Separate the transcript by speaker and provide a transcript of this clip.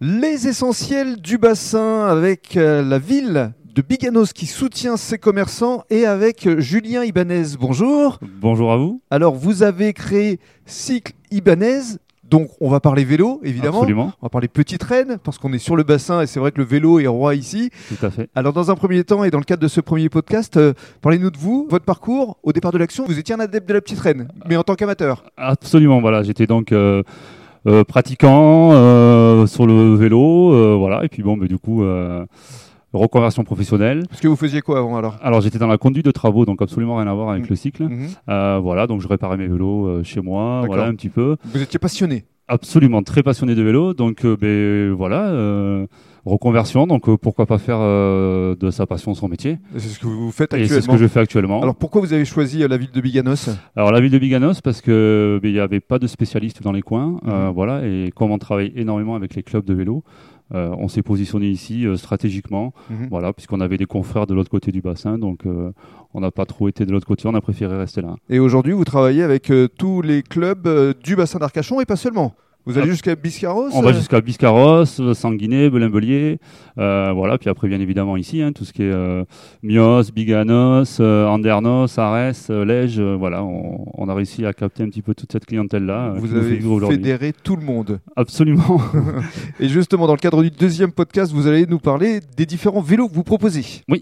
Speaker 1: Les essentiels du bassin avec euh, la ville de Biganos qui soutient ses commerçants et avec euh, Julien Ibanez. Bonjour.
Speaker 2: Bonjour à vous.
Speaker 1: Alors, vous avez créé Cycle Ibanez. Donc, on va parler vélo, évidemment.
Speaker 2: Absolument,
Speaker 1: On va parler petite reine parce qu'on est sur le bassin et c'est vrai que le vélo est roi ici.
Speaker 2: tout à fait.
Speaker 1: Alors, dans un premier temps et dans le cadre de ce premier podcast, euh, parlez-nous de vous, votre parcours. Au départ de l'action, vous étiez un adepte de la petite reine, mais en tant qu'amateur.
Speaker 2: Absolument, voilà. J'étais donc euh, euh, pratiquant euh, sur le vélo, euh, voilà. Et puis bon, mais du coup, euh, reconversion professionnelle.
Speaker 1: Parce que vous faisiez quoi avant alors
Speaker 2: Alors j'étais dans la conduite de travaux, donc absolument rien à voir avec
Speaker 1: Mm.
Speaker 2: le cycle.
Speaker 1: Mhm.
Speaker 2: Euh, voilà, donc je réparais mes vélos euh, chez moi,
Speaker 1: D'accord.
Speaker 2: voilà un petit peu.
Speaker 1: Vous étiez passionné.
Speaker 2: Absolument, très passionné de vélo, donc euh, ben, voilà, euh, reconversion. Donc euh, pourquoi pas faire euh, de sa passion son métier
Speaker 1: C'est ce que vous faites
Speaker 2: Et c'est ce
Speaker 1: actuellement.
Speaker 2: que je fais actuellement.
Speaker 1: Alors pourquoi vous avez choisi euh, la ville de Biganos
Speaker 2: Alors la ville de Biganos parce que ben, il n'y avait pas de spécialistes dans les coins, euh,
Speaker 1: Mhm.
Speaker 2: voilà. Et comme on travaille énormément avec les clubs de vélo, euh, on s'est positionné ici euh, stratégiquement,
Speaker 1: Mhm.
Speaker 2: voilà, puisqu'on avait des confrères de l'autre côté du bassin, donc euh, on n'a pas trop été de l'autre côté, on a préféré rester là.
Speaker 1: Et aujourd'hui, vous travaillez avec euh, tous les clubs euh, du bassin d'Arcachon et pas seulement. Vous allez
Speaker 2: Ah.
Speaker 1: jusqu'à Biscarros
Speaker 2: On va
Speaker 1: euh,
Speaker 2: jusqu'à Biscarros, euh, Sanguinet, Belimbelier, euh, voilà. Puis après, bien évidemment ici, hein, tout ce qui est euh, Mios, Biganos, euh, Andernos, Arès, euh, Lège, euh, voilà, on, on a réussi à capter un petit peu toute cette euh, clientèle là.
Speaker 1: Vous avez fédéré tout le monde.
Speaker 2: Absolument.
Speaker 1: Et justement, dans le cadre du deuxième podcast, vous allez nous parler des différents vélos que vous proposez.
Speaker 2: Oui,